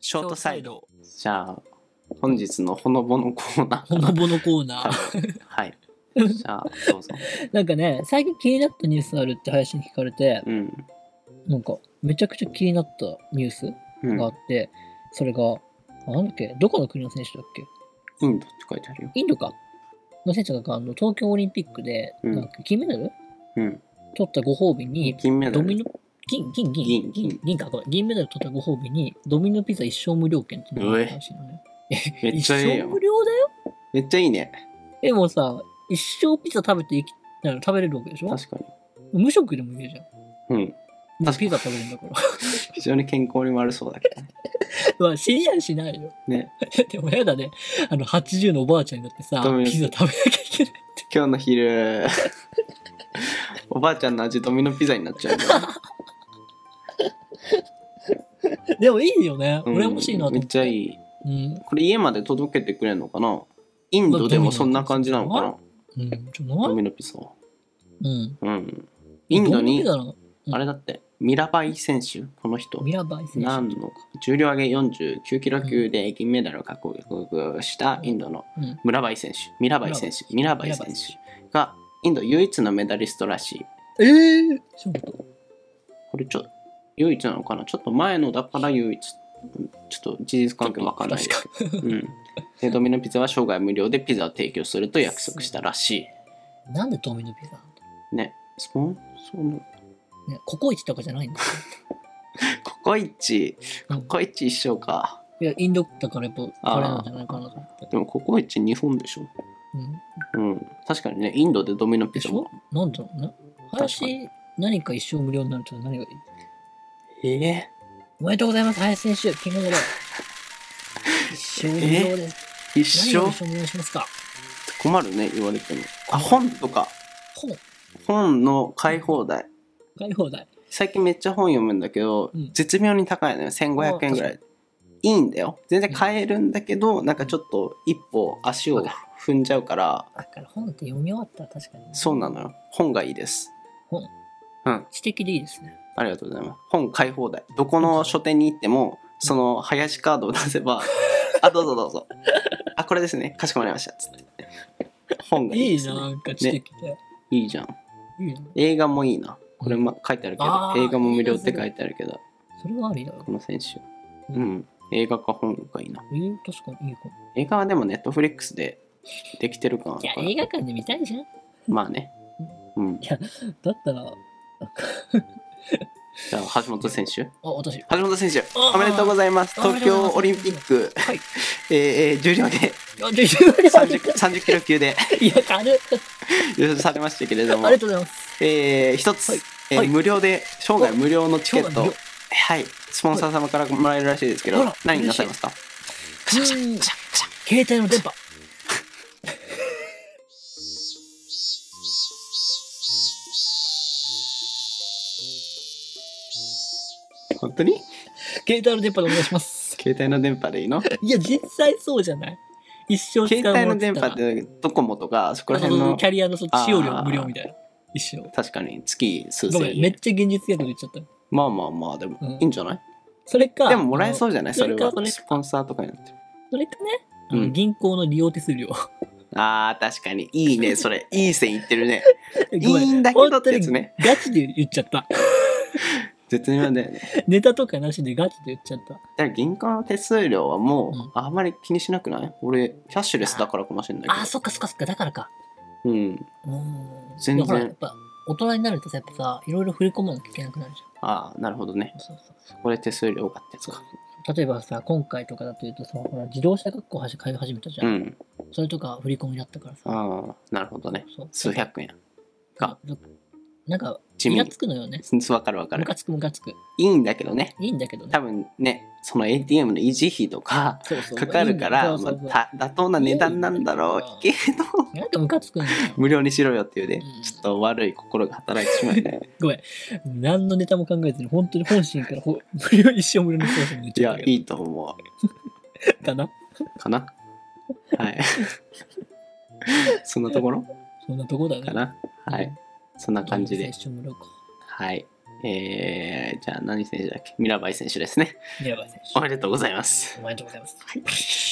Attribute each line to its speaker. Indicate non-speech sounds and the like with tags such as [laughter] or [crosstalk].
Speaker 1: ショートサイド。
Speaker 2: ド。
Speaker 1: じゃあ、本日のほのぼのコーナー。
Speaker 2: ほのぼのコーナー。
Speaker 1: ー。
Speaker 2: [laughs]
Speaker 1: はい。じゃあ、どうぞ。
Speaker 2: なんかね、最近気になったニュースあるって林に聞かれて、
Speaker 1: うん。
Speaker 2: なんか、めちゃくちゃ気になったニュース
Speaker 1: うん
Speaker 2: があって、それが、あなんだっけ、どこの国の選手だっけ
Speaker 1: インドって書いてあるよ。
Speaker 2: インドか。の選手がなんかあの東京オリンピックで、
Speaker 1: うん
Speaker 2: なんか金メダル
Speaker 1: うん。
Speaker 2: 取ったご褒美に、
Speaker 1: 金メダ
Speaker 2: ド
Speaker 1: ル
Speaker 2: ミ。ノ、銀、
Speaker 1: 銀
Speaker 2: 銀、銀、
Speaker 1: 銀
Speaker 2: 銀、銀か、ごめん銀メダル取ったご褒美に、ドミノピザ一生無料券ってのがあったらしいのね。
Speaker 1: めっ
Speaker 2: 一
Speaker 1: ちゃいい
Speaker 2: 生無
Speaker 1: よ。
Speaker 2: 料だよ
Speaker 1: めっちゃいいね。
Speaker 2: でもさ、一生ピザ食べて生き、なんか食べれるわけでしょ
Speaker 1: 確か
Speaker 2: 無職でもいけるじゃん。
Speaker 1: に。うん。
Speaker 2: もう
Speaker 1: 確か
Speaker 2: ピ
Speaker 1: に
Speaker 2: ザ食べるんだから。
Speaker 1: 非常に健康に悪そうだけどね。
Speaker 2: まあ、死にはしないよ。
Speaker 1: ね。
Speaker 2: [laughs] でもやだね。あの、80のおばあちゃんになってさ
Speaker 1: ダメ、よ
Speaker 2: ピザ食べなきゃいけない。
Speaker 1: 今日の
Speaker 2: [laughs]
Speaker 1: 昼、おばあちゃんの味ドミノピザになっちゃうよ。
Speaker 2: でもい [laughs] いよね。
Speaker 1: うん
Speaker 2: 俺も欲しいなと
Speaker 1: め
Speaker 2: 思
Speaker 1: っ
Speaker 2: っ
Speaker 1: ちゃ
Speaker 2: て。
Speaker 1: いい。
Speaker 2: うん。
Speaker 1: これ家まで届けてくれるのかなインドでもそんな感じなのかな
Speaker 2: うん。じゃ
Speaker 1: ド
Speaker 2: ない
Speaker 1: ミノピザは。
Speaker 2: うん。
Speaker 1: うん。インドに
Speaker 2: どんなピザなのうん
Speaker 1: あれだって、ミラバイ選手、この人。
Speaker 2: ミラバイ選手。
Speaker 1: 何の重量上げ49キロ級で銀メダルを獲得したインドの
Speaker 2: うん
Speaker 1: ムラバイ選手、ミラバイ選手、ミラバイ選手がインド唯一のメダリストらしい。
Speaker 2: えぇそういうこと
Speaker 1: これちょ唯一なのかなちょっと前のだから唯一。ちょっと事実関係わかんないですけど。うん、でドミノピザは生涯無料でピザを提供すると約束したらし
Speaker 2: なんでドミノピザなんだ
Speaker 1: い。ね、スポンその
Speaker 2: ね、ココイチとかじゃないんだよ。
Speaker 1: ココイチ、
Speaker 2: う
Speaker 1: コ
Speaker 2: ん
Speaker 1: コイチ一緒か。
Speaker 2: いや、インドだからやっぱ、あれなんじゃないかなと思って。
Speaker 1: でもココイチ日本でしょ。
Speaker 2: うん。
Speaker 1: うん、確かにね、インドでドミノピ
Speaker 2: でし
Speaker 1: ザも
Speaker 2: ょ。なんだろうね。
Speaker 1: 確かに
Speaker 2: 林、何か一生無料になると何がいい
Speaker 1: ええ
Speaker 2: おめでとうございます、林選手、金
Speaker 1: [laughs]
Speaker 2: メダル。一生無料です。
Speaker 1: 一
Speaker 2: 何
Speaker 1: 生
Speaker 2: を一生無料にしますか
Speaker 1: 困るね言われてもあ本とか
Speaker 2: 本、
Speaker 1: 本の買い放題
Speaker 2: 買い放題。
Speaker 1: 最近めっちゃ本読むんだけど、
Speaker 2: うん
Speaker 1: 絶妙に高いのよ1500円ぐらいいいんだよ全然買えるんだけど、なんかちょっと一歩足を踏んじゃうから
Speaker 2: だから本って読み終わったら確かにね、
Speaker 1: そうなのよ本がいいです
Speaker 2: 本
Speaker 1: うん
Speaker 2: 知的でいいですね。
Speaker 1: ありがとうございます本買い放題どこの書店に行ってもその林カードを出せば「あどうぞどうぞ」「あこれですねかしこまりました」つって本がいい
Speaker 2: い
Speaker 1: で
Speaker 2: い
Speaker 1: す、
Speaker 2: な、
Speaker 1: ね、
Speaker 2: なんか知的で。
Speaker 1: いいじゃん
Speaker 2: いいな。
Speaker 1: 映画もいいなこれ、ま、書いてあるけど
Speaker 2: あー
Speaker 1: 映画も無料って書いてあるけど
Speaker 2: それはありだよ。
Speaker 1: この選手うん映画か本がいいな
Speaker 2: えー、確かにいいかも。
Speaker 1: 映画はでもネットフリックスでできてるか
Speaker 2: いや、
Speaker 1: ら
Speaker 2: 映画館で見たいじゃん。
Speaker 1: まあねうん
Speaker 2: だった
Speaker 1: [laughs]
Speaker 2: ら、あ、
Speaker 1: じゃあ橋本選手
Speaker 2: 私。
Speaker 1: 橋本選手
Speaker 2: あー
Speaker 1: おめでとうございます
Speaker 2: あー
Speaker 1: 東京オリンピック
Speaker 2: はい。
Speaker 1: えーえー重量で
Speaker 2: いや、じゃあ、
Speaker 1: 30 30キロ級で
Speaker 2: いや、軽い。
Speaker 1: 優勝されましたけれども
Speaker 2: ありがとうございます。
Speaker 1: えー一つ
Speaker 2: はい
Speaker 1: えー
Speaker 2: はい
Speaker 1: 無料で生涯無料のチケッ
Speaker 2: 生涯無
Speaker 1: ト
Speaker 2: 料
Speaker 1: はいスポンサー様からもらえるらしいですけど
Speaker 2: あら
Speaker 1: 何になさいますかカシャカシャ
Speaker 2: うん
Speaker 1: カシャカシャ
Speaker 2: 携帯の電波。
Speaker 1: 本当に
Speaker 2: 携帯の電波でお願い
Speaker 1: [laughs]
Speaker 2: します。
Speaker 1: 携帯の電波で [laughs] いいの
Speaker 2: いや、実際そうじゃない一生使う
Speaker 1: 携
Speaker 2: も
Speaker 1: 帯
Speaker 2: の
Speaker 1: の
Speaker 2: って
Speaker 1: 電
Speaker 2: 言った
Speaker 1: 波
Speaker 2: ら
Speaker 1: ってドコモとかそこら
Speaker 2: あ
Speaker 1: 辺
Speaker 2: の
Speaker 1: の
Speaker 2: キャリアのそっち使用料無料みたいな。一生。
Speaker 1: 確かに月数
Speaker 2: ご
Speaker 1: 千
Speaker 2: めん、め
Speaker 1: 円
Speaker 2: っちゃ現実やと言っちゃった。
Speaker 1: まあまあまあでも
Speaker 2: うん
Speaker 1: いいんじゃない、
Speaker 2: それか、。
Speaker 1: でももらえそううじゃない
Speaker 2: あの
Speaker 1: それは
Speaker 2: それかそれか
Speaker 1: スポンサーとかになってる
Speaker 2: それかね、
Speaker 1: うん
Speaker 2: あの銀行の利用手
Speaker 1: [laughs]
Speaker 2: 数料。
Speaker 1: あー確かにいい [laughs] ねそれいい線いってるね [laughs] い
Speaker 2: ごめ
Speaker 1: いんだけどってや
Speaker 2: 本
Speaker 1: つ
Speaker 2: 当に
Speaker 1: ね
Speaker 2: ガチで言っちゃった。
Speaker 1: 絶妙だよね
Speaker 2: ネタとかなしでガチで言っちゃった。
Speaker 1: だから銀行の手数料はも
Speaker 2: うん
Speaker 1: うあんまり気にしなくない俺キャッシュレスだからかもしれない
Speaker 2: あー、
Speaker 1: け
Speaker 2: そっかそっかそっか、だからか。
Speaker 1: どうん
Speaker 2: うん。
Speaker 1: 全然
Speaker 2: いやほらやっぱ、大人になるとさ、やっぱさ、いろいろ振り込まなきゃいけなくなるじ
Speaker 1: ああなるほどね
Speaker 2: ゃん。そうそうそう。
Speaker 1: これ手数料がってやつか
Speaker 2: 例えばさ、今回とかだと言うとさ、ほら、自動車学校はじ通い始めたじゃ。
Speaker 1: うんん
Speaker 2: それとか振り込みだったからさ。
Speaker 1: ああなるほどね
Speaker 2: そう
Speaker 1: 数百円か。
Speaker 2: なんか、
Speaker 1: 地
Speaker 2: イ
Speaker 1: 味
Speaker 2: ラつくのよね。
Speaker 1: わかるわか
Speaker 2: ム
Speaker 1: る
Speaker 2: カつくムカつく。
Speaker 1: いいんだけどね
Speaker 2: いいんだけどね
Speaker 1: 多。分ねその ATM の維持費とか
Speaker 2: そうそう
Speaker 1: かかるから
Speaker 2: いいんだよそうそうそう
Speaker 1: まあ、た妥当な値段なんだろうけど
Speaker 2: なんかムカつくんだよ。
Speaker 1: 無料にしろよっていうね、
Speaker 2: うん
Speaker 1: ちょっと悪い心が働いてしま
Speaker 2: [laughs]
Speaker 1: うね
Speaker 2: 何のネタも考えずに、本当に本心からほ [laughs] 無料一生無料の商品に
Speaker 1: い
Speaker 2: 言
Speaker 1: や
Speaker 2: っちゃったけ
Speaker 1: いいと思
Speaker 2: どかな。
Speaker 1: うかなはい [laughs] そんなところ
Speaker 2: そんなとこだね。
Speaker 1: かなはいそんな感じで
Speaker 2: 一生無料か。
Speaker 1: はいえー、じゃあ何選手だっけミラバイ選手ですね。
Speaker 2: ミラバイ選
Speaker 1: お
Speaker 2: 手。
Speaker 1: めでとうございます。
Speaker 2: おめでとうございます。
Speaker 1: はい